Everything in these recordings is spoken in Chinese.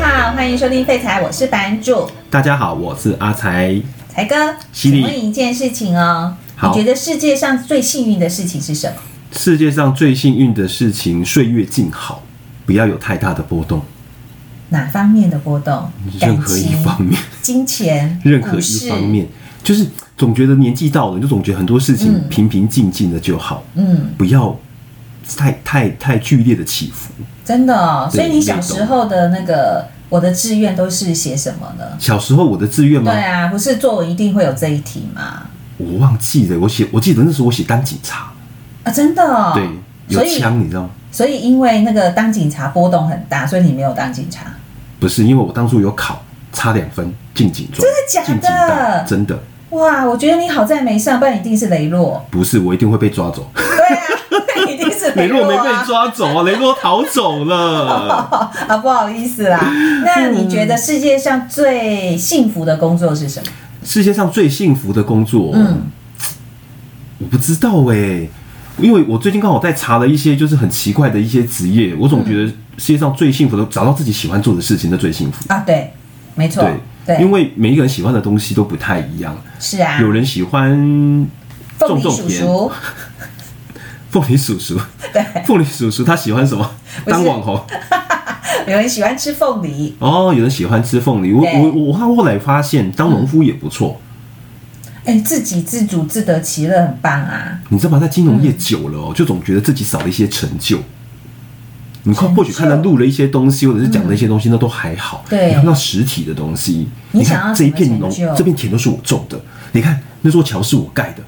好，欢迎收听废材，我是版主大家好，我是阿才。才哥。犀利请问一件事情哦，你好觉得世界上最幸运的事情是什么？世界上最幸运的事情，岁月静好，不要有太大的波动，哪方面的波动？感任何一情、方面，金钱、任何股一市方。面，就是总觉得年纪到了，你就总觉得很多事情平平静静的就好，嗯，不要太太太剧烈的起伏。真的哦。所对以你小时候的那个我的志愿都是写什么呢？小时候我的志愿吗对？啊，不是作文一定会有这一题吗？我忘记了，我写，我记得那时候我写当警察，啊，真的哦。对，有所以枪，你知道吗？所以因为那个当警察波动很大，所以你没有当警察。不是，因为我当初有考，差两分进警专，真的假的进警大真的哇，我觉得你好在没上，不然你一定是雷洛。不是，我一定会被抓走。对啊，一定是 雷洛、洛啊。没被抓走啊，雷洛逃 走了。啊，不好意思啦。那你觉得世界上最幸福的工作是什么？世界上最幸福的工作，嗯我不知道哎、因为我最近刚好在查了一些就是很奇怪的一些职业，我总觉嗯得世界上最幸福的，找到自己喜欢做的事情，那最幸福。啊，对，没错，对，因为每一个人喜欢的东西都不太一样，是啊，有人喜欢凤种梨种叔田，叔，凤梨叔叔，对，凤梨叔叔他喜欢什么？不是当网红。有人喜欢吃凤梨哦，有人喜欢吃凤梨，我对我我我后来发现当农夫也不错，哎、自给自足、自得其乐，很棒啊！你知道吗？在金融业久了哦，就总觉得自己少了一些成就。你看，成就或许看他录了一些东西，或者是讲了一些东西，那都还好。对你看不到实体的东西。你你想看要这一片什么农成就，这片田都是我种的。你看那座桥是我盖的，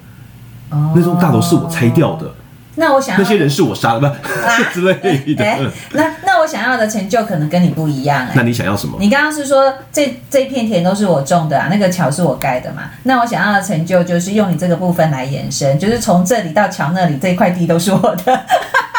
哦那栋大楼是我拆掉的，那我想要那些人嗯是我杀的， 不之类哎、的。那那我想要的成就可能跟你不一样哎、那你想要什么？你刚刚是说这这片田都是我种的啊，那个桥是我盖的嘛？那我想要的成就就是用你这个部分来延伸，就是从这里到桥那里这一块地都是我的。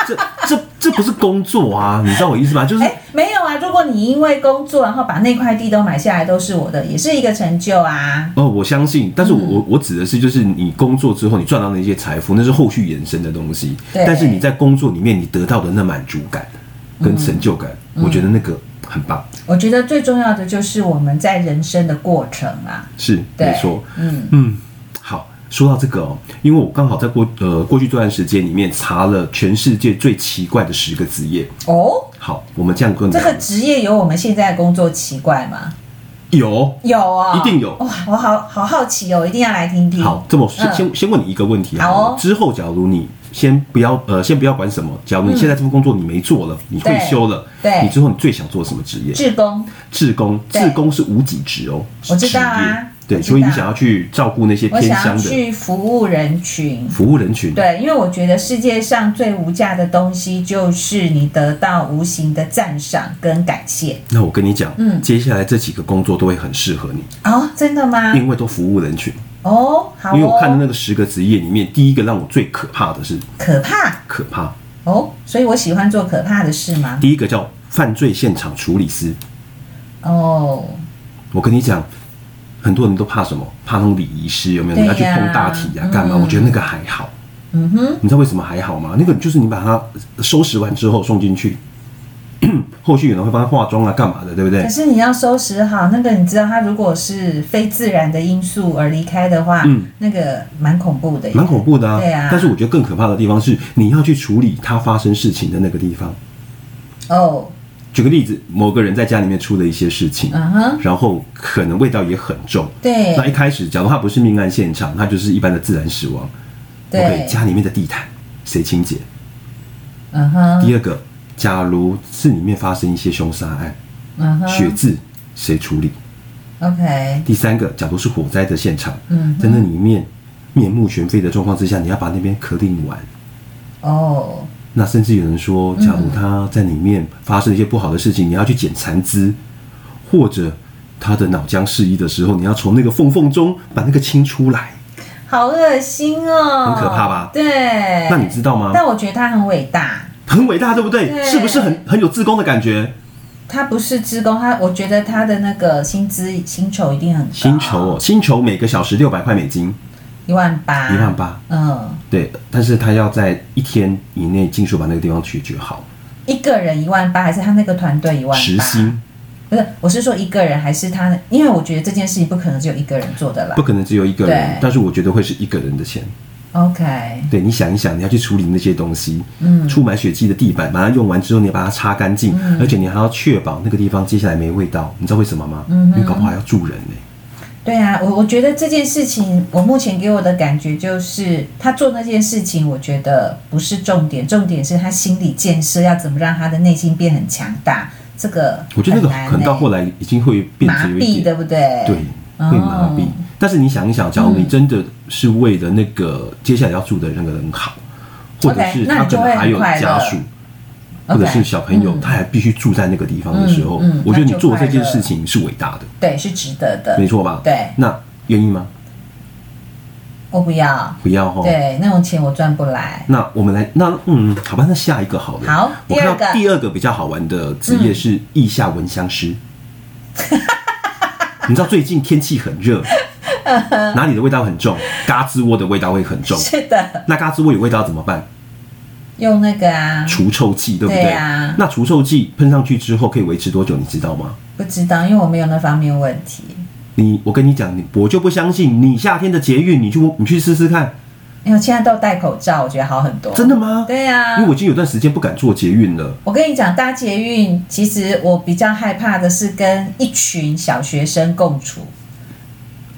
这这这不是工作啊，你知道我意思吗？就是 哎，没有啊，如果你因为工作然后把那块地都买下来都是我的，也是一个成就啊。哦，我相信，但是嗯我我、我指的是，就是你工作之后你赚到那些财富，那是后续延伸的东西。对但是你在工作里面你得到的那满足感嗯跟成就感，我觉得那个很棒，我觉得最重要的就是我们在人生的过程啊，是对没错。嗯嗯，好，说到这个哦，因为我刚好在过呃过去这段时间里面查了全世界最奇怪的十个职业。哦，好，我们这样跟这个职业有我们现在的工作奇怪吗？有。有哦，一定有哇，我好好好奇哦，一定要来听听。好，这么先嗯先先问你一个问题好了好哦之后假如你先不要呃先不要管什么，假如你现在这份工作你没做了，你退对休了，嗯对你之后你最想做什么职业？志工，志工，对志工是无给职哦，我知道啊职业对，我知道所以你想要去照顾那些我偏想要乡的去服务人群。服务人群，对，因为我觉得世界上最无价的东西就是你得到无形的赞赏跟感谢那我跟你讲，嗯接下来这几个工作都会很适合你，哦，真的吗？因为都服务人群。哦，好哦，因为我看的那个十个职业里面，第一个让我最可怕的是可怕可怕，哦，所以我喜欢做可怕的事吗？第一个叫犯罪现场处理师。哦，我跟你讲，很多人都怕什么？怕那种礼仪师有没有？对你呀要去碰大体呀、干嘛？嗯我觉得那个还好。嗯哼，你知道为什么还好吗？那个就是你把它收拾完之后送进去， 后续有人会帮他化妆啊，干嘛的，对不对可？是你要收拾好那个，你知道，它如果是非自然的因素而离开的话，嗯，那个蛮恐怖的耶，蛮恐怖的啊。对啊，但是我觉得更可怕的地方是，你要去处理他发生事情的那个地方。哦，举个例子，某个人在家里面出了一些事情，嗯哼，然后可能味道也很重。对那一开始，假如他不是命案现场，他就是一般的自然死亡。对 OK，，家里面的地毯谁清洁？嗯哼，第二个，假如是里面发生一些凶杀案、嗯血哼渍，谁处理？ ，OK，第三个，假如是火灾的现场，嗯哼在那里面面目全非的状况之下，你要把那边壳定完。哦，那甚至有人说，嗯假如他在里面发生一些不好的事情，你要去捡残肢，或者他的脑浆失忆的时候，你要从那个缝缝中把那个清出来。好恶心哦，很可怕吧对，那你知道吗？但我觉得他很伟大，很伟大，对不对？对是不是很很有自宫的感觉？他不是职工，他我觉得他的那个薪资薪酬一定很高，薪酬哦，薪酬每个小时六百块美金，一万八，一万，八。嗯，对，但是他要在一天以内尽数把那个地方解决好，一个人一万八，还是他那个团队一万八？时薪。不是，我是说一个人还是他？因为我觉得这件事情不可能只有一个人做的啦不。可能只有一个人对，但是我觉得会是一个人的钱。 OK，对，你想一想，你要去处理那些东西，嗯，除螨血迹的地板，把它用完之后，你要把它擦干净，而且你还要确保那个地方接下来没味道。你知道为什么吗？因为搞不好还要住人呢、对啊，我我觉得这件事情，我目前给我的感觉就是，他做那件事情，我觉得不是重点，重点是他心理建设要怎么让他的内心变很强大。这个我觉得那个很难可能到欸后来已经会变麻成有一痹，点，对不对？对，会麻痹。哦但是你想一想，假如你真的是为了那个接下来要住的那个人好，或者 OK，是那他你就可会能还有很快乐家属。或 OK，者是小朋友，嗯他还必须住在那个地方的时候，嗯嗯我觉得那你就做这快乐件事情是伟大的，对，是值得的没。错吧？对那愿意吗？我不要，不要哈。对，那种钱我赚不来。那我们来，那嗯，好吧，那下一个好了。好我看第二到个嗯第二个比较好玩的职业是腋下蚊香师。你知道最近天气很 热，哪里的味道很重？嘎吱窝的味道会很 重。是的，那嘎吱窝有味道怎么办？用那个啊，除臭剂，对不对？对啊那除臭剂喷上去之后可以维持多久？你知道吗？不知道，因为我没有那方面问题。你，我跟你讲，你我就不相信你夏天的捷运，你去你去试试看，因为我哎现在都戴口罩，我觉得好很多。真的？吗？对啊呀、因为我已经有段时间不敢坐捷运了。我跟你讲，搭捷运，其实我比较害怕的是跟一群小学生共处，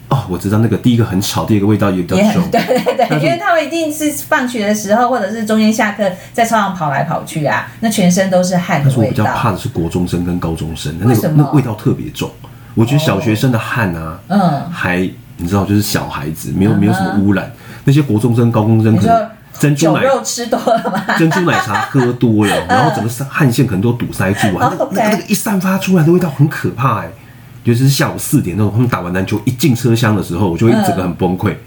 哦，我知道那个第一个很吵，第二个味道也比较也重很。对对对，但是因为他们一定是放学的时候，或者是中间下课在操场跑来跑去啊，那全身都是汗但的是我味比较怕道。的是国中生跟高中生，为那个什么那个味道特别重。我觉得小学生的汗啊，嗯，还你知道，就是小孩子，没有没有什么污染。那些国中生、高中生你可说能珍珠酒奶肉吃多了吗？珍珠奶茶喝多了，然后整个汗腺可能都堵塞住啊，那嗯哦 OK 那个那个一散发出来的味道很可怕哎、尤其是下午四点那种，他们打完篮球一进车厢的时候，我就会整个很崩溃。嗯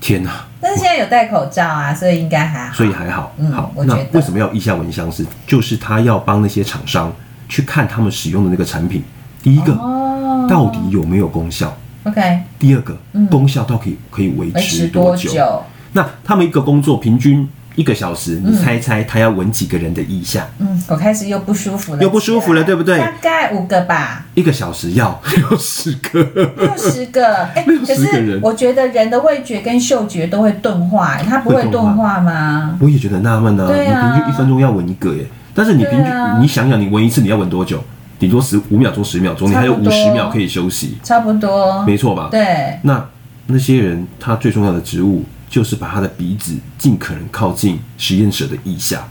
天哪、 但是现在有戴口罩啊，所以应该还好。所以还好，嗯好。我那觉得为什么要意下蚊香是？就是他要帮那些厂商去看他们使用的那个产品，第一个、哦到底有没有功效， OK，第二个、功效到底可以维嗯维持持多多久？久？那他们一个工作平均一个小时，你猜猜他要闻几个人的腋下？嗯，我开始又不舒服了，又不舒服了对不对大概五个吧，一个小时要六十个，六十个。哎、 60可个是人我觉得人的味觉跟嗅觉都会钝化、欸它不会会钝化钝化吗？ 我也觉得纳闷啊。对啊你平均一分钟要闻一个耶，但是你平均、对啊你想想，你闻一次你要闻多久？顶多十五秒钟、十秒钟，你还有差不五多十秒可以休息，差不多，没错吧？对，那那些人他最重要的职务就是把他的鼻子尽可能靠近实验者的腋下，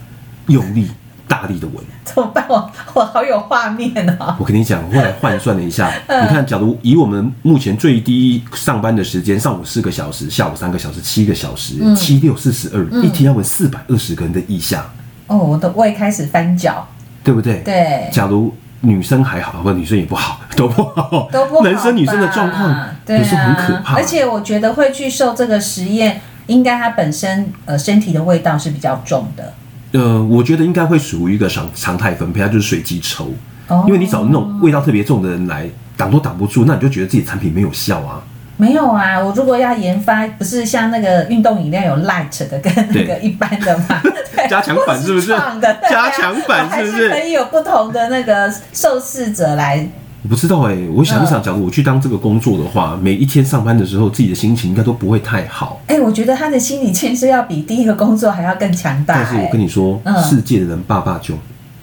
用力大力的闻。怎么办？我我好有画面哦。我跟你讲，我后来换算了一下，嗯你看，假如以我们目前最低上班的时间，上午四个小时，下午三个小时，七个小时，嗯七六四十二，一天要闻四百二十个人的腋下，哦，我的胃开始翻搅，对不对？。对，假如女生还好，不，女生也不好，都不好，都不好吧男生女生的状况对有啊，时候很可怕，而且我觉得会去受这个实验，应该它本身呃身体的味道是比较重的。呃，我觉得应该会属于一个常常态分配，它就是随机抽。哦因为你找那种味道特别重的人来挡都挡不住，那你就觉得自己产品没有效啊。没有啊，我如果要研发，不是像那个运动饮料有 light 的跟那个对一般的嘛，对 加强版是不是或创的对啊加强版我还是不是可以有不同的那个受试者来？我不知道哎、我想嗯一想，假如我去当这个工作的话，每一天上班的时候，自己的心情应该都不会太好。哎、我觉得他的心理建设要比第一个工作还要更强大、但是我跟你你说，嗯世界的人爸爸就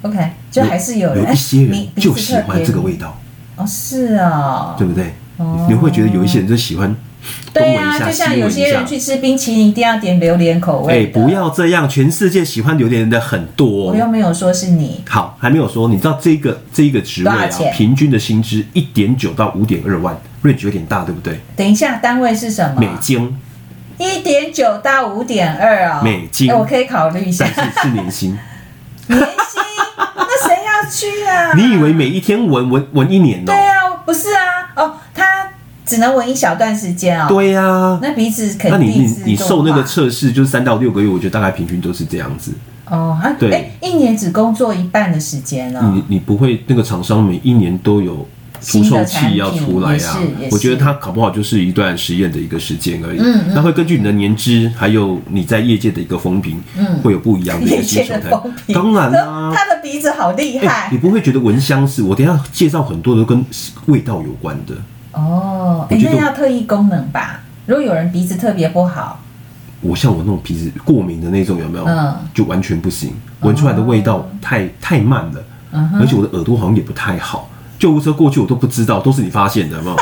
OK，就还是有有人一些哎人你鼻子就喜特欢别这个味 道，哦，是哦，对不对？哦你会觉得有一些人就喜欢东对闻一啊，下，就像西有闻一些人下。去吃冰淇淋一定要点榴莲口哎、味的，不，要这样，全世界喜欢榴莲的很多。我又没有说是你，好，还没有说，你知道这个这一个职位啊多少钱，平均的薪资一点九到五点二万，range 有点大，对不对？等一下单位是什么？美金，一点九到五点二哦，美金哎我可以考虑一下但是是年 薪。年薪，那谁要去啊？你以为每一天闻闻闻一年哦、对啊，不是啊，哦，他只能闻一小段时间哦，，对呀、那鼻子肯那你定你是你受那钝化个测试就是三到六个月，我觉得大概平均都是这样子。哦，啊，对哎，一年只工作一半的时间哦，你你不会那个厂商每一年都有除新臭的产器品要出来也是啊也。我觉得是它搞不好就是一段实验的一个时间而已。嗯嗯那会根据你的年资，还有你在业界的一个风评，嗯会有不一样 的一眼个新前手的态风。评，当然啦、 他他的鼻子好厉哎害你不会觉得闻香是？我等一下介绍很多都跟味道有关的。哦，我哎，觉得那要特异功能吧？如果有人鼻子特别不好，我像我那种鼻子过敏的那种，有没有？嗯哦就完全不行，闻出来的味道太太慢了，嗯哼而且我的耳朵好像也不太好。救护车过去我都不知道，都是你发现的，有 没有？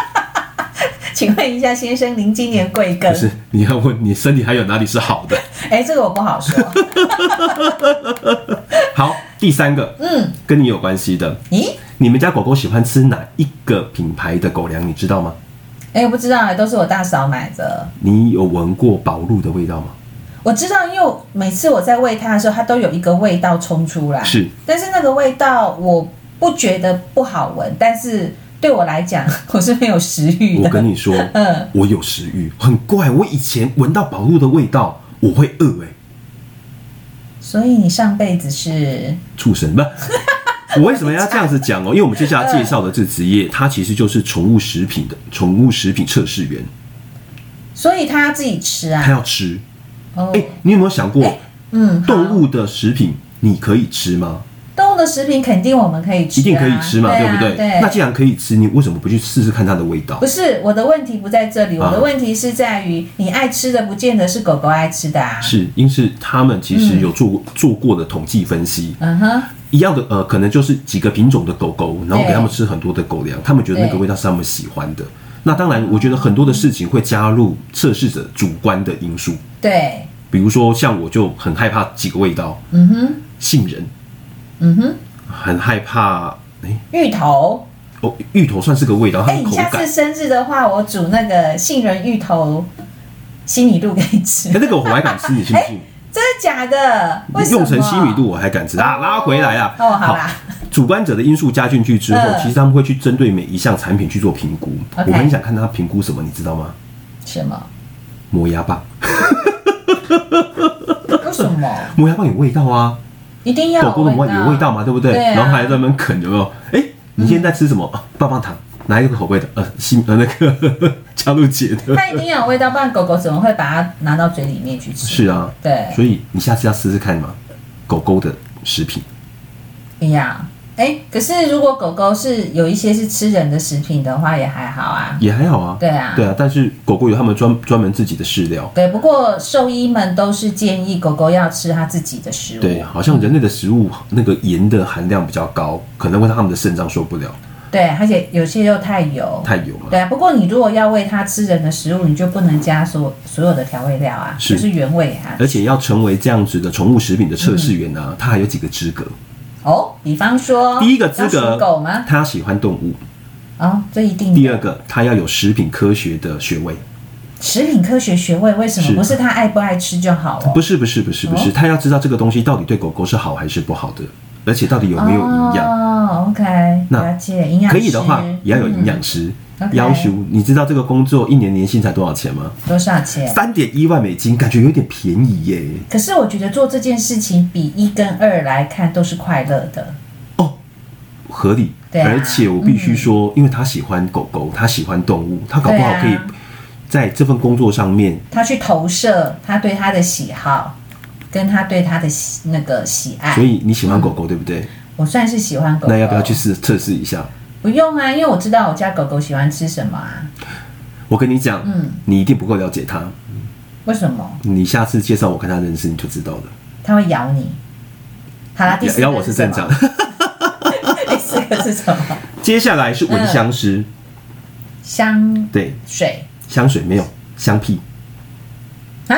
请问一下先生，您今年贵庚可？是你要问你身体还有哪里是好的？哎，这个我不好 说。好，第三个嗯，跟你有关系的，咦，你们家狗狗喜欢吃哪一个品牌的狗粮？你知道吗？哎，我不知道哎，都是我大嫂买的。你有闻过宝路的味道吗？我知道，因为每次我在喂它的时候，它都有一个味道冲出来。是，但是那个味道我不觉得不好闻，但是对我来讲， 我是没有食欲我跟的。你说，嗯，我有食欲，很怪。我以前闻到宝路的味道，我会饿哎、所以你上辈子是畜生 吧。我为什么要这样子讲哦？因为我们接下来介绍的这个职业，它其实就是宠物食品的宠物食品测试嗯员，所以他自己吃它啊。要吃。哦，哎、你有没有 想过，嗯，动好物的食品你可以吃吗？动物的食品肯定我们可以吃、啊，一定可以吃嘛，对啊、不对？对。那既然可以吃，你为什么不去试试看它的味道不？是我的问题不在这里，啊我的问题是在于你爱吃的不见得是狗狗爱吃的啊。，是，因是他们其实有做过、做过的统计分析，嗯哼，一样的呃，可能就是几个品种的狗狗，然后对给他们吃很多的狗粮，他们觉得那个对味道是他们喜欢的。那当然，我觉得很多的事情会加入测试者主观的因素，对，比如说像我就很害怕几个味道，嗯哼，杏仁，嗯哼，很害怕，哎、芋头。哦，芋头算是个味道，它哎、的你口下感次，生日的话，我煮那个杏仁芋头西米露给你吃哎、。那个我还敢吃，你信不信？真的假的？为你什么？用成西米露我还敢吃啊，拉回来啊，哦好啦主观者的因素加进去之后，嗯其实他们会去针对每一项产品去做评估。 OK 我很想看他评估什么，你知道吗？什么？磨牙棒，为什么？磨牙棒有味道啊，一定要狗狗的磨牙有味道吗？嘛，对不对？对啊嗯然后还在那边啃，有没有？哎、你现在吃什么？啊棒棒糖，哪一个口味的？呃，西呃那个 加入姐的，它一定要有味道，不然狗狗怎么会把它拿到嘴里面去吃？是啊，对，所以你下次要试试看嘛，狗狗的食品。不要。哎，可是如果狗狗是有一些是吃人的食品的话，也还好啊。也还好啊。对啊对啊，但是狗狗有他们专专门自己的饲料。对，不过兽医们都是建议狗狗要吃它自己的食物。对，啊好像人类的食物那个盐的含量比较高，可能会让他们的肾脏受不了，对，而且有些又太油。太油嘛。对啊，不过你如果要喂它吃人的食物，你就不能加所所有的调味料啊，是就是原味啊。而且要成为这样子的宠物食品的测试员嗯啊，他还有几个资格。哦，比方说，第一个资要格属狗吗，？他喜欢动物；哦，这一定。第二，个，他要有食品科学的学位。食品科学学位为什么是不是它爱不爱吃就好哦？不是不是不是不是，他要知道这个东西到底对狗狗是好还是不好的，而且到底有没有营养。哦，OK，那了解，营养可以的话师，也要有营嗯养师嗯 OK 要求。你知道这个工作一年年薪才多少钱吗？多少钱？三点一万美金，感觉有点便宜耶。可是我觉得做这件事情比一跟二来看都是快乐的，哦，合理。对啊嗯而且我必须说，因为他喜欢狗狗，他喜欢动物，他搞不好对啊可以在这份工作上面，他去投射他对他的喜好，跟他对他的喜那个喜爱所。以你喜欢狗狗对不对？我算是喜欢狗嗯狗，那要不要去？试测试一下？不用啊，因为我知道我家狗狗喜欢吃什么啊。我跟你讲，嗯你一定不够了解它。为什么你下次介绍我跟它认识，你就知道了。它会咬你？好啊啦，第四咬个我是什正么常。。 第四个是什么？接下来是闻香师，嗯香对，水香水没有香屁。啊，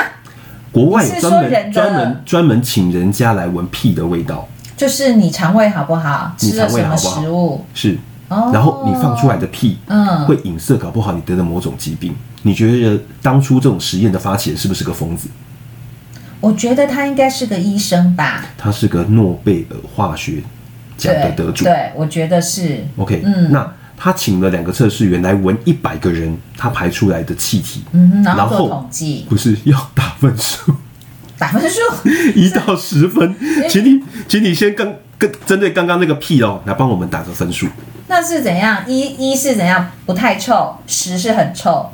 国外你有是专说人的门专门专门请人家来闻屁的味道，就是你肠胃好不好？你吃了肠胃什么好不好食物？是，哦然后你放出来的屁，嗯会影射搞不好你得了某种疾病。你觉得当初这种实验的发起人是不是个疯子？我觉得他应该是个医生吧，他是个诺贝尔化学奖的对得主。对，我觉得是。 OK，、嗯那他请了两个测试员来闻一百个人，他排出来的气体，嗯哼，然后做统计不是要打分数，打分数， 一到十分，请你，请你先跟跟针对刚刚那个屁哦，来帮我们打个分数。 那是怎样？一一是怎样？不太臭，十是很臭，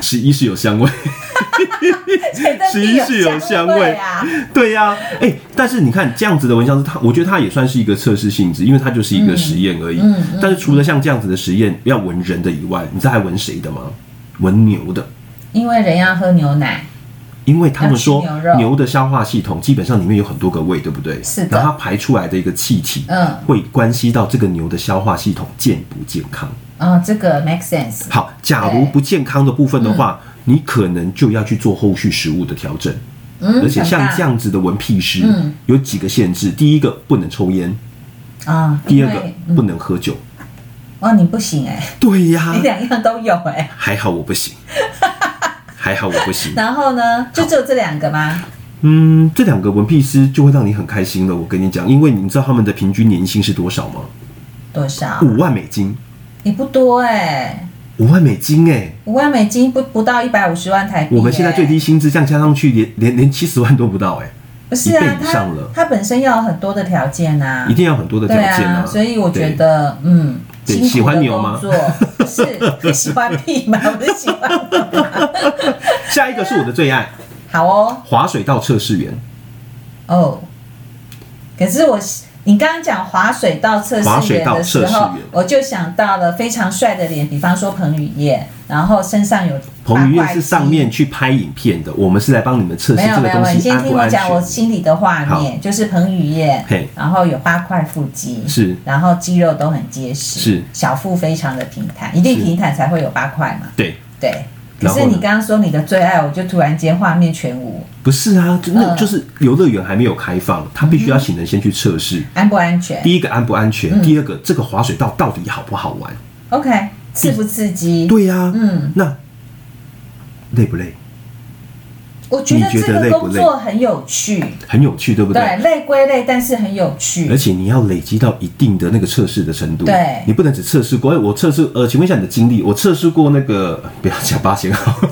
十一是有香味， 十一是 有香味啊。对呀、哎、但是你看这样子的蚊香是它，我觉得它也算是一个测试性质，因为它就是一个实验而已。嗯但是除了像这样子的实验要闻人的以外，你知道还闻谁的吗？闻牛的，因为人要喝牛奶，因为他们说要吃牛肉牛的消化系统基本上里面有很多个胃，对不对？是的然后它排出来的一个气体，嗯会关系到这个牛的消化系统健不健康。啊、这个 make sense。好，假如对不健康的部分的话，你可能就要去做后续食物的调整。嗯，而且像长这样子的闻屁师，嗯有几个限制：第一个不能抽烟，大啊，第因二为个嗯不能喝酒。哇，你不行哎、对呀你，两样都有哎、还好我不行， 还好我不行。然后呢，就只有这两个吗？嗯，这两个闻屁师就会让你很开心了。我跟你讲，因为你知道他们的平均年薪是多少吗？多少？五万美金，也不多哎、五万美金哎、五万美金不不到一百五十万台币、我们现在哎最低薪资这样加上去，连连连七十万都不到哎、不是啊一，倍以它上了它本身要有很多的条件啊，一定要很多的条对件啊，所以我觉对得嗯，对辛苦的喜欢牛吗工作不是 喜欢屁吗？不是喜欢。 下一个是我的最爱，好哦，滑水道测试员。哦，可是我你刚刚讲滑水道测滑试水员道的时测试候员，我就想到了非常帅的脸，比方说彭于晏，然后身上有彭于八块晏是肌上面去拍影片的，我们是来帮你们测试没有这个没有，东没有你西先安听不我安讲我全。心里的画面，就是彭于晏嘿，然后有八块腹肌，是然后肌肉都很结实，是小腹非常的平坦，一定是平坦才会有八块嘛，对，对。可然后是呢你刚刚说你的最爱，我就突然间画面全无，不是啊，就那嗯就是游乐园还没有开放，他必须要请人先去测试。安不安全第一个安不安全，嗯第二个这个滑水道到底好不好玩？ ？OK，刺不刺激？对呀、嗯，那累不累？我觉得你觉这得累个不工累作很有趣，很有趣，对不对，对？累归累，但是很有而趣。且你要累积到一定的那个测试的程度，对你不能只测试过。哎我测试，呃，请问一下你的经历，我测试过那个，不要讲八仙好了，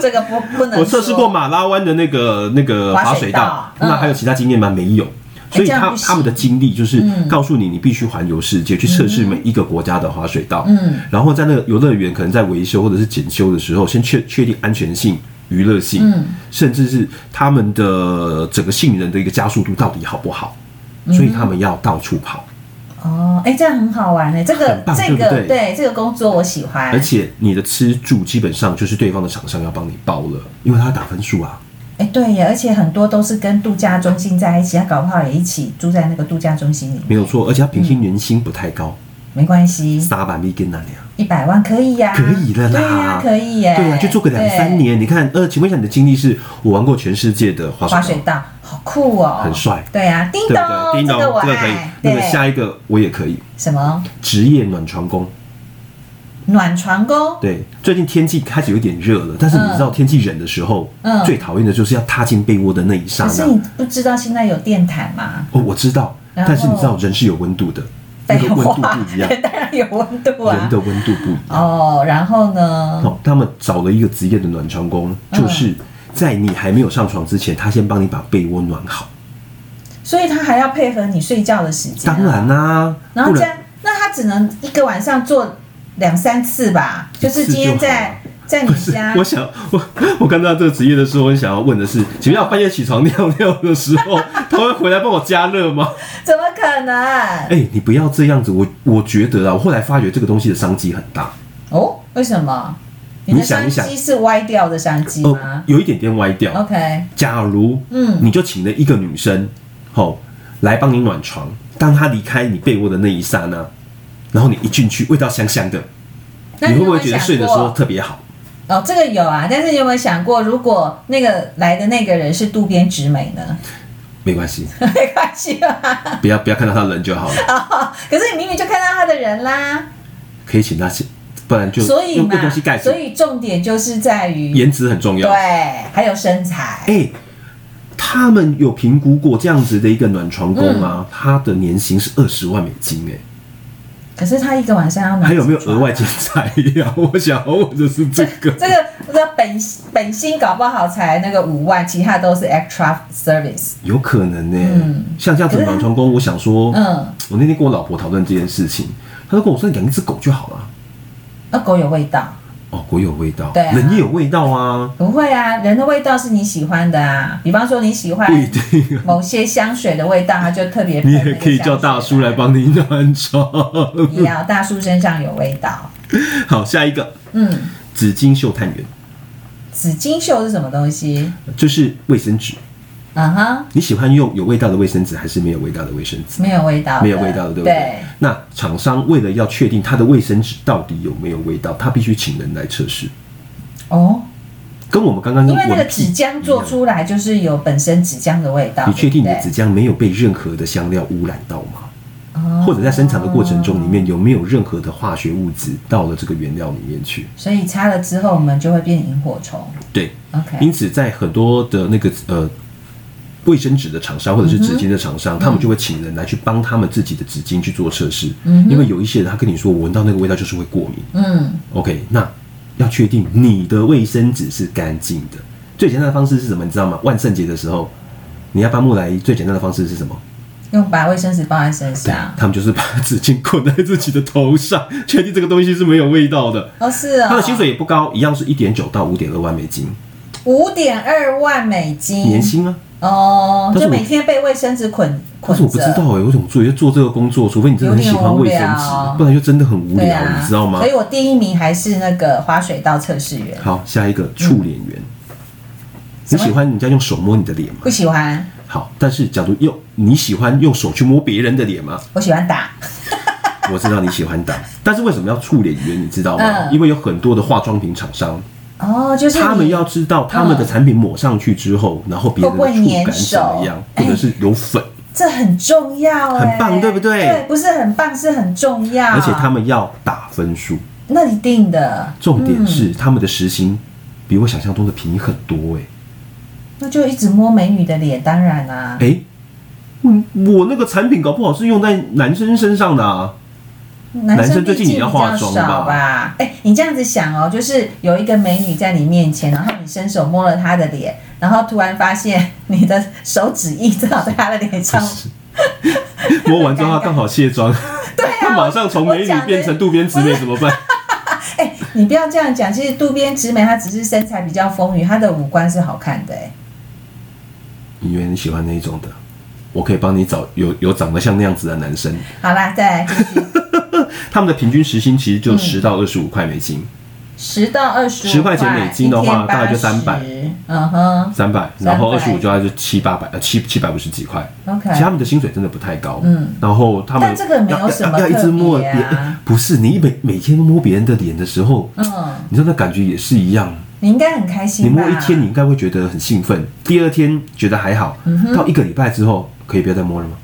这个不不能说。我测试过马拉湾的那个那个滑滑水水道道，嗯哎那还有其他经验吗？没有。所以这样他不行嗯他们的经历就是告诉你，你必须环游世界，去测试每一个国家的滑水道。嗯，然后在那个游乐园可能在维修或者是检修的时候，先确确定安全性、娱乐性，嗯甚至是他们的整个信任的一个加速度到底好不好。嗯所以他们要到处跑，哦，哎，这样很好玩哎，这个很棒这对个不对对这个工作我喜欢，而且你的吃住基本上就是对方的厂商要帮你包了，因为他要打分数啊。哎，对呀，而且很多都是跟度假中心在一起，他搞不好也一起住在那个度假中心里面。没有，错，而且他平均年薪不太高，没关系，三百米跟那里啊。一百万可以呀、可以的啦，对呀、可以耶，对呀、啊就做个两三年。你看，呃，请问一下你的经历是？我玩过全世界的滑对。滑水道，水道好酷哦，很帅对呀、叮对不咚，对？叮咚这个我，这个可以爱。。那个对下一个我也可以，什么职业暖床工。暖床工？对，最近天气开始有点热了，但是你知道天气冷的时候，嗯最讨厌的就是要踏进被窝的那一刹可是那。你不知道现在有电毯吗？哦，我知道，然后但是你知道人是有温度的，那个温度 不一样，当然有温度人啊。的温度不一样。哦，然后呢？哦，他们找了一个职业的暖床工，就是嗯在你还没有上床之前，他先帮你把被窝暖好。所以他还要配合你睡觉的时间啊、当然啦、然不后这然样，那他只能一个晚上做两三次吧，就是今天在在你家我想我 我看到这个职业的时候，我想要问的是，请问要半夜起床尿尿的时候，他会回来帮我加热吗？ 怎么可能？哎、你不要这样子，我我觉得啊，我后来发觉这个东西的商机很大，哦，为什么？你的你想商一想哦机是歪掉的商机呃吗，有一点点歪掉。 ？OK，假如哦嗯你就请了一个女生，吼、来帮你暖床，当她离开你被窝的那一刹那，然后你一进去，味道香香的，那你会有不没会有想觉过？得睡的时候特别好？哦，这个有啊，但是你有没有想过，如果那个来的那个人是渡边直美呢？ 没关系，没关系吧？不要不要看到她人就好了。 可是你明明就看到他的人啦，可以请他写，不然就所以用个嘛东西盖，住所。以重点就是在于颜值很重要。对哎、，还有身材。他们有评嗯估过这样子的一个暖床工啊，他的年薪是二十万美金、哎，可是他一个晚上要拿还有没有几抓额外剪裁呀？ 我想要问的是这个。这个我知道本本薪搞不好才那个五万，其他都是 extra service。有可能呢、像这样子的暖床工，我想说，嗯，我那天跟我老婆讨论这件事情，她就跟我说养一只狗就好了。那狗有味道？哦，狗有味道，对啊人也有味道啊，不会啊，人的味道是你喜欢的啊。比方说你喜欢不一 定啊。某些香水的味道，它就特别。你也可以叫大叔来。帮你暖床。 你要大叔身上有味道。好，下一个嗯，纸巾嗅探员，纸巾袖是什么东西？就是卫生纸。嗯哼，你喜欢用有味道的卫生纸，还是没有味道的卫生纸？没有味道的，没有味道的，对不对？对，那厂商为了要确定它的卫生纸到底有没有味道，他必须请人来测试，哦，跟我们刚刚因用为那个闻屁纸浆做出来就是有本身纸浆的味道。你确定你对的不纸浆没有被任何的香料污染到吗？对哦或者在生产的过程中，里面有没有任何的化学物质到了这个原料里面去？所以擦了之后，我们就会变萤火虫。对， OK，因此在很多的那个呃卫生纸的厂商或者是纸巾的厂商，他们就会请人来去帮他们自己的纸巾去做测试，因为有一些人他跟你说我闻到那个味道就是会过敏。嗯， OK，那要确定你的卫生纸是干净的，最简单的方式是什么？你知道吗？万圣节的时候，你要搬木乃伊，最简单的方式是什么？用把卫生纸包在身上。他们就是把纸巾捆在自己的头上， 确定这个东西是没有味道的。哦，是哦，他的薪水也不高，一样是一点九到五点二万美金，五点二万美金，年薪啊。哦，但就是我每天被卫生纸捆可捆是着。我不知道哎、我怎么做？就做这个工作，除非你真的很喜欢卫生有点纸无聊，不然就真的很无对聊，啊，你知道吗所？以我第一名还是那个滑水道测试员，好，下一个触脸员，嗯什你么喜欢人家用手摸你的脸吗？不喜欢，好，但是假如用你喜欢用手去摸别人的脸吗？我喜欢打。我知道你喜欢 打，但是为什么要触脸员？你知道吗？嗯因为有很多的化妆品厂商，哦，就是他们你嗯要知道他们的产品抹上去之后，然后别人的会不触会粘感怎么样，手或者是有粉，这很重要、哎，很棒对不对对，不是很棒，是很重要。而且他们要打分数。那一定的，嗯重点是他们的时薪比我想象中的便宜很多、欸，那就一直摸美女的脸，当然啊啦、哎、嗯，我那个产品搞不好是用在男生身上的啊，男男生生最毕近竟比也要较化妆吧少吧？哎、你这样子想哦，就是有一个美女在你面前，然后你伸手摸了她的脸，然后突然发现你的手指印正好在她的脸 上，摸完之后他刚好卸妆， 对 啊，他马上从美女变成渡边直美怎么办？哎、你不要这样讲，其实渡边直美她只是身材比较丰腴，她的五官是好看的、哎， 你原来喜欢那一种的，我可以帮你找有有长得像那样子的男生，好啦，再来继续，他们的平均时薪其实嗯就十到二十五块美金，十到二十， 10块钱美金的话一天大概就300 80，嗯哼三百，然后二十五300就要就七八百，呃七七百五十几块。 ，OK，其实他们的薪水真的不太高，嗯，然后他们但这个没有要什么要要一直摸特别别，啊哎不是你每每天摸别人的脸的时候，嗯，你知道那感觉也是一样。你应该很开你心吧？摸一天，你应该会觉得很兴奋，第二天觉得还好，嗯到一个礼拜之后，可以不要再摸了吗？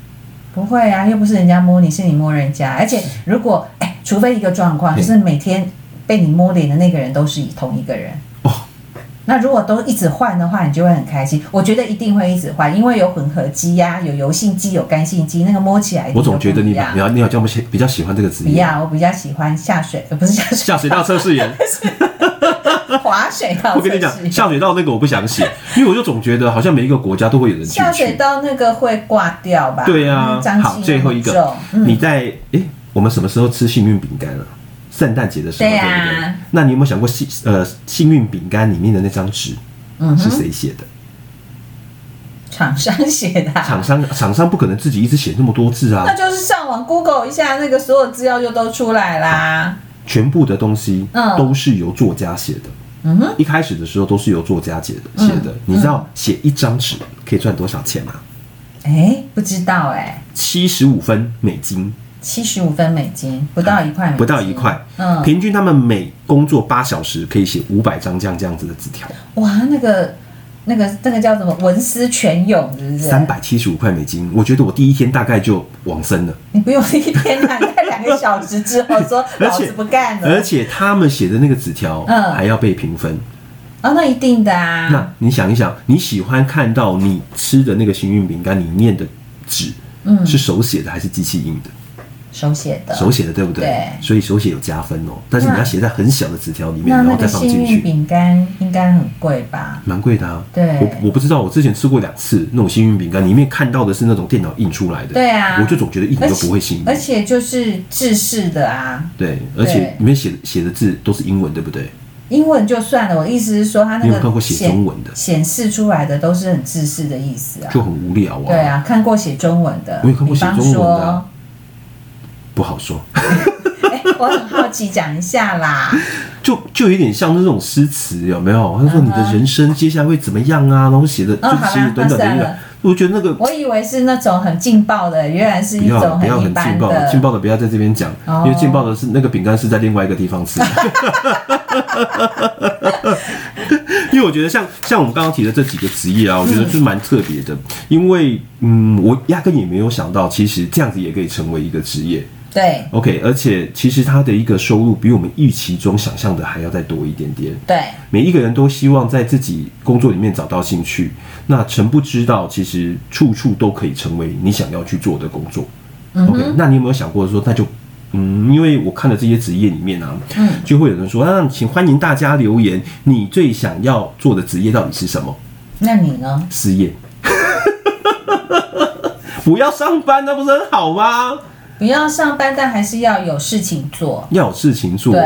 不会啊，又不是人家摸你，是你摸人家。而且如果哎、除非一个状况，嗯就是每天被你摸脸的那个人都是同一个人。哦，那如果都一直换的话，你就会很开心。我觉得一定会一直换，因为有混合肌呀、有油性肌、有干性肌，那个摸起来一定我总觉得你就不一把样你要你好像不喜比较喜欢这个职不业，要，我比较喜欢下水，呃，不是下水，下水道测试员。 滑水道。我跟你讲，下水道那个我不想写，因为我就总觉得好像每一个国家都会有人进下水去。道嗯那个会挂掉吧？对呀、脏气好，最后那一么个重，嗯，你在诶，我们什么时候吃幸运饼干啊？圣诞节的时候，对对不啊对？那你有没有想过幸呃幸运饼干里面的那张纸嗯是哼，谁写的？厂商写的啊、厂商厂商不可能自己一直写那么多字啊那！就是上网 Google 一下，那个所有资料就都出来啦。全部的东西嗯都是由作家写的。嗯哼，一开始的时候都是由作家写的嗯写的。你知道写一张纸可以赚多少钱吗？哎、不知道哎、七十五分美金，七十五分美金，不到一块美金，不到一块。嗯，平均他们每工作八小时可以写五百张这样这样子的纸条，哇，那个那个那个叫什么文思泉涌，是不是？三，百七十五块美金。我觉得我第一天大概就往生了。你不用一天啊，大概两个小时之后说 而老且子不干了而且他们写的那个纸条，嗯还要被评分。哦，那一定的啊，那你想一想，你喜欢看到你吃的那个幸运饼干里面的纸，嗯是手写的还是机器印的？手写的。手写的对不对？对所以手写有加分哦，但是你要写在很小的纸条里面，那然那后个再放幸进运去，饼干应该很贵吧？蛮贵的啊。对我我不知道，我之前吃过两次那种幸运饼干，里面看到的是那种电脑印出来的，对啊我就总觉得一点而都且不会幸而运。且就是制式的啊，对，而且里面写写的字都是英文，对不对？英文就算了，我意思是说它你有没那有看个过写中文的显示出来的都是很制式的意思啊。就很无聊啊。对，啊，看过写中文的，我有看过比方写中文的啊说，不好说。 哎、我很好奇，讲一下啦。就就有点像那种诗词，有没有？他说你的人生接下来会怎么样啊？然后写的就哦是写好的啦短短那的算一个了，我觉得那个我以为是那种很劲爆的，原来是不一要了种不要一很般劲爆了，的。劲爆的不要在这边讲，哦因为劲爆的是那个饼干是在另外一个 地方吃的。因为我觉得像像我们刚刚提的这几个职嗯业啊，我觉得是蛮特别的，因为嗯，我压根也没有想到，其实这样子也可以成为一个职业。对 OK，而且其实他的一个收入比我们预期中想象的还要再多一点点。对，每一个人都希望在自己工作里面找到兴趣，那诚不知道，其实处处都可以成为你想要去做的工作。嗯 OK，那你有没有想过说，那就嗯，因为我看了这些职业里面啊，嗯就会有人说，啊，请欢迎大家留言，你最想要做的职业到底是什么？那你呢？失业。 不要上班，那不是很好吗？不要上班，但还是要有事情做。要有事情做。对，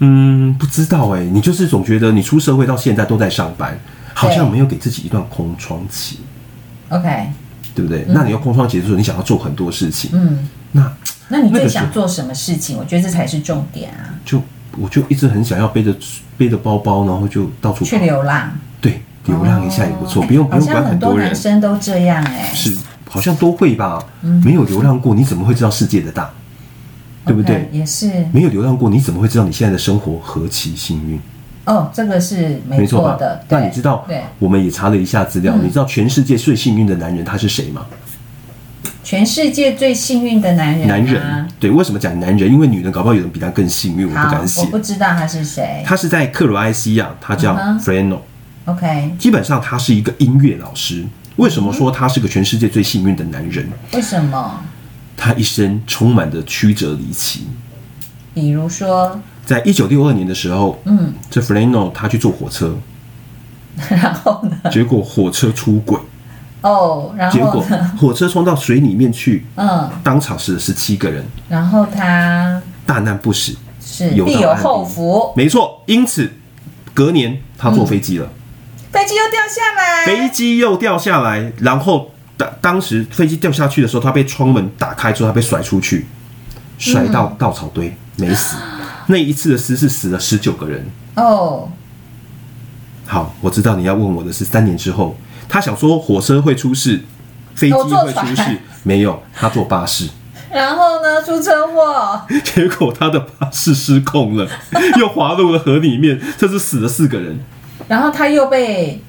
嗯，不知道哎、你就是总觉得你出社会到现在都在上班，好像对没有给自己一段空窗期， OK，对不对？那你要空窗期的时候，你想要做很多事情，嗯，那那你那最个时候想做什么事情？我觉得这才是重点啊！就我就一直很想要背着背着包包，然后就到处去跑，流浪，对，流浪一下也不错，哦不用不好用像管很多人男，生嗯都这样哎、是好像都会吧？没有流浪过，你怎么会知道世界的大？对不 OK，对？也是没有流浪过，你怎么会知道你现在的生活何其幸运？哦，这个是没没错吧的。？那对你知道对，嗯我们也查了一下资料，你知道全世界最幸运的男人他是谁吗？全世界最幸运的男人、啊，男人，对，为什么讲男人？因为女人搞不好有人比他更幸运，我好不敢，写我。不知道他是谁。他是在克罗埃西亚，他叫嗯哼 Freno，、 OK，基本上他是一个音乐老师。为什么说他是个全世界最幸运的男人？为什么？他一生充满着曲折离奇。比如说， 在一九六二年的时候，嗯，这 Freno 他去坐火车，然后呢？结果火车出轨，哦，然结果后呢？火车冲到水里面去，嗯，当场死了十七个人，然后他大难不死。是有必到有案底后福，没错，因此隔年他坐飞机了。嗯飞机又掉下来，飞机又掉下来，然后当当时飞机掉下去的时候，他被窗门打开之后，他被甩出去，甩到嗯稻草堆，没死。那一次的失是死了十九个人。哦，好，我知道你要问我的是三年之后，他想说火车会出事，飞机我坐会船出事，没有，他坐巴士， 然后呢？出车祸，结果他的巴士失控了，又滑入了河里面，这是死了四个人。然后他又被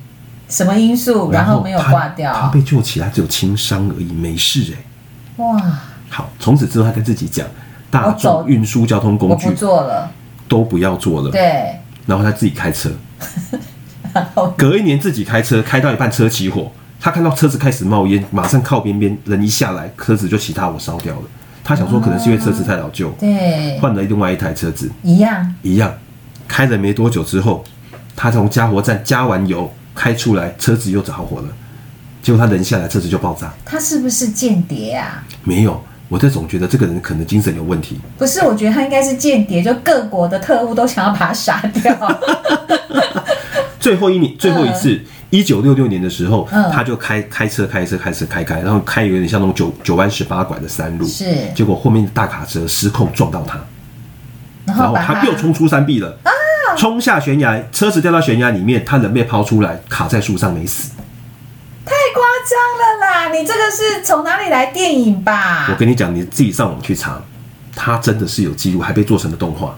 什么因素，然后没有他挂他掉，被救起来只有轻伤而已，没事哎、哇，好，从此之后他跟自己讲，大我众走运输交通我工不具做了，都不要坐了，对， 然后他自己开车。然后隔一年自己开车，开到一半车起火，他看到车子开始冒烟，马上靠边边，人一下来，车子就起大火烧掉了。他想说可能是因为车子太老旧，对，换了另外一台车子，一样，一样开了没多久之后，他从加油站加完油开出来，车子又着火了，结果他人下来，车子就爆炸。他是不是间谍啊？没有，我这总觉得这个人可能精神有问题。不是，我觉得他应该是间谍，就各国的特务都想要把他杀 掉。最后一年，最后一次，一九六六年的时候，嗯他就开开车，开车，开车，开开，然后开有点像那种九九弯十八拐的山路，是结果后面的大卡车失控撞到他，然然后后把他又冲出山壁了，啊冲下悬崖，车子掉到悬崖里面，他人被抛出来，卡在树上没死。太夸张了啦！你这个是从哪里来电影吧我？跟你讲，你自己上网去查，他真的是有记录，还被做成了动画。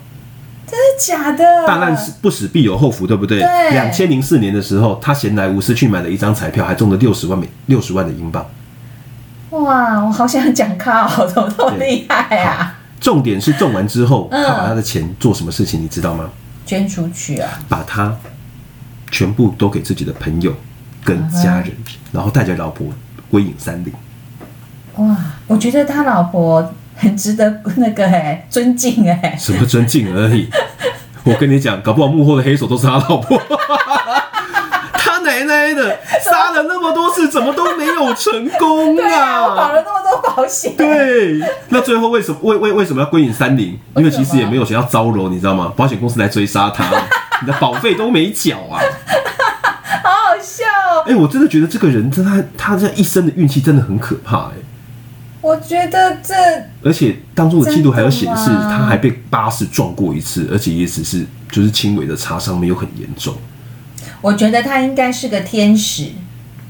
真的假的？大难不死必有后福，对不嗯对？对两千零四年的时候，他闲来无事去买了一张彩票，还中了六十万美六十万的英镑。哇！我好想讲卡哦，怎么这么厉害啊？重点是中完之后，嗯他把他的钱做什么事情，你知道吗？捐出去啊！把他全部都给自己的朋友跟家人，嗯然后带着老婆归隐山林。哇！我觉得他老婆很值得那个哎尊敬哎，什么尊敬而已。 我跟你讲，搞不好幕后的黑手都是他老婆。 他奶 奶的，杀了那么多次，怎么都没有成功对啊，我保啊？了那么多保险，对，那最后为什么为为为什么要归隐山林？因为其实也没有谁要招惹，你知道吗？保险公司来追杀他，你的保费都没缴啊！好好笑哦。哎、我真的觉得这个人，真的他他这一生的运气真的很可怕哎、我觉得这而且当中的记录还有显示，真的吗他还被巴士撞过一次，而且也只是就是轻微的擦伤，没有很严重。我觉得他应该是个天使，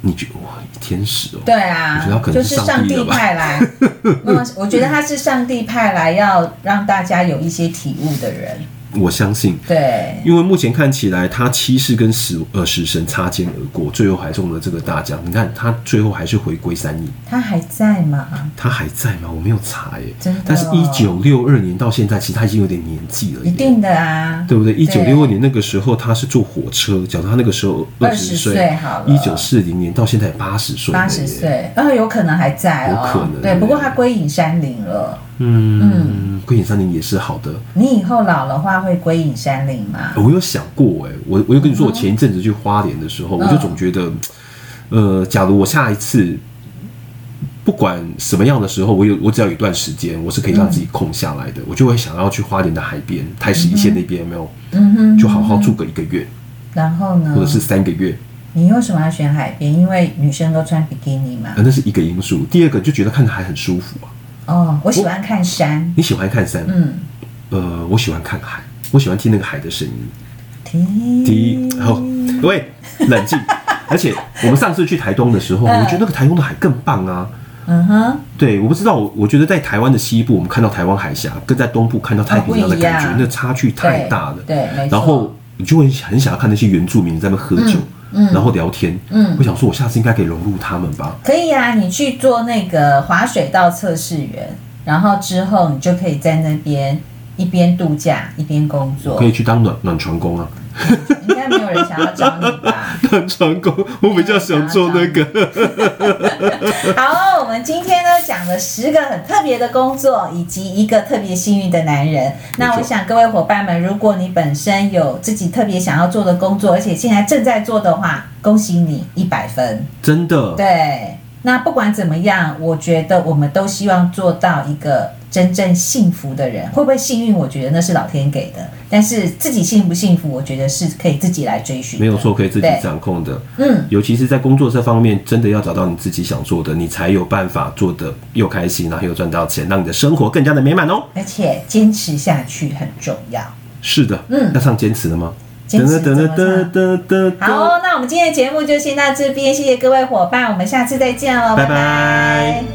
你觉得哇，天使哦、对啊我觉得他可，就能是是上上帝帝了吧派 来。嗯我觉得他是上帝派来要让大家有一些体悟的人。我相信，对，因为目前看起来他七世跟死呃死神擦肩而过，最后还中了这个大奖。你看他最后还是回归三亿，他还在吗？他还在吗？我没有查耶、真的哦但是，一九六二年到现在，其实他已经有点年纪了耶，一定的啊，对不对？一九六二对年那个时候他是坐火车，讲他那个时候二十20岁好了一九四零年到现在八十岁，八十。岁，呃，有可能还在哦。有可能对，不过他归隐山林了。嗯，归隐山林也是好的。你以后老的话会归隐山林吗？我有想过哎、我我就跟你说，我前一阵子去花莲的时候，嗯我就总觉得，呃，假如我下一次不管什么样的时候，我有我只要有一段时间，我是可以让嗯自己空下来的，我就会想要去花莲的海边、台十一线那边，有没有？嗯哼，就好好住个一个月，然后呢或？者是三个月，你为什么要选海边？因为女生都穿比基尼嘛呃。那是一个因素。第二个就觉得看着海很舒服啊。哦，我喜欢看山。你喜欢看山？嗯，呃，我喜欢看海，我喜欢听那个海的声音。嗯提第一，好、喂，冷静。而且我们上次去台东的时候，我觉得那个台东的海更棒啊。嗯哼，对，我不知道，我我觉得在台湾的西部，我们看到台湾海峡，跟在东部看到太平洋的感觉，啊不一样那差距太大了。对，对没错。然后你就会很想要看那些原住民在那边喝酒，嗯嗯然后聊天。嗯我想说，我下次应该可以融入他们吧。可以啊，你去做那个滑水道测试员，然后之后你就可以在那边一边度假一边工我作可。以去当暖暖床工啊，应该没有人想要找你 吧？暖床工，我比较想做那个。好，我们今天呢讲了十个很特别的工作，以及一个特别幸运的男人。那我想各位伙伴们，如果你本身有自己特别想要做的工作，而且现在正在做的话，恭喜你一百分。真的，对，那不管怎么样，我觉得我们都希望做到一个真正幸福的人。会不会幸运？我觉得那是老天给的，但是自己幸不幸福，我觉得是可以自己来追寻。没有，错，可以自己对掌控的。嗯，尤其是在工作这方面，真的要找到你自己想做的，你才有办法做的又开心，然后又赚到钱，让你的生活更加的美满哦。而且坚持下去很重要。是的，嗯要唱坚持了吗？坚持怎么唱噔噔好哦、那我们今天的节目就先到这边，谢谢各位伙伴，我们下次再见喽，拜拜拜拜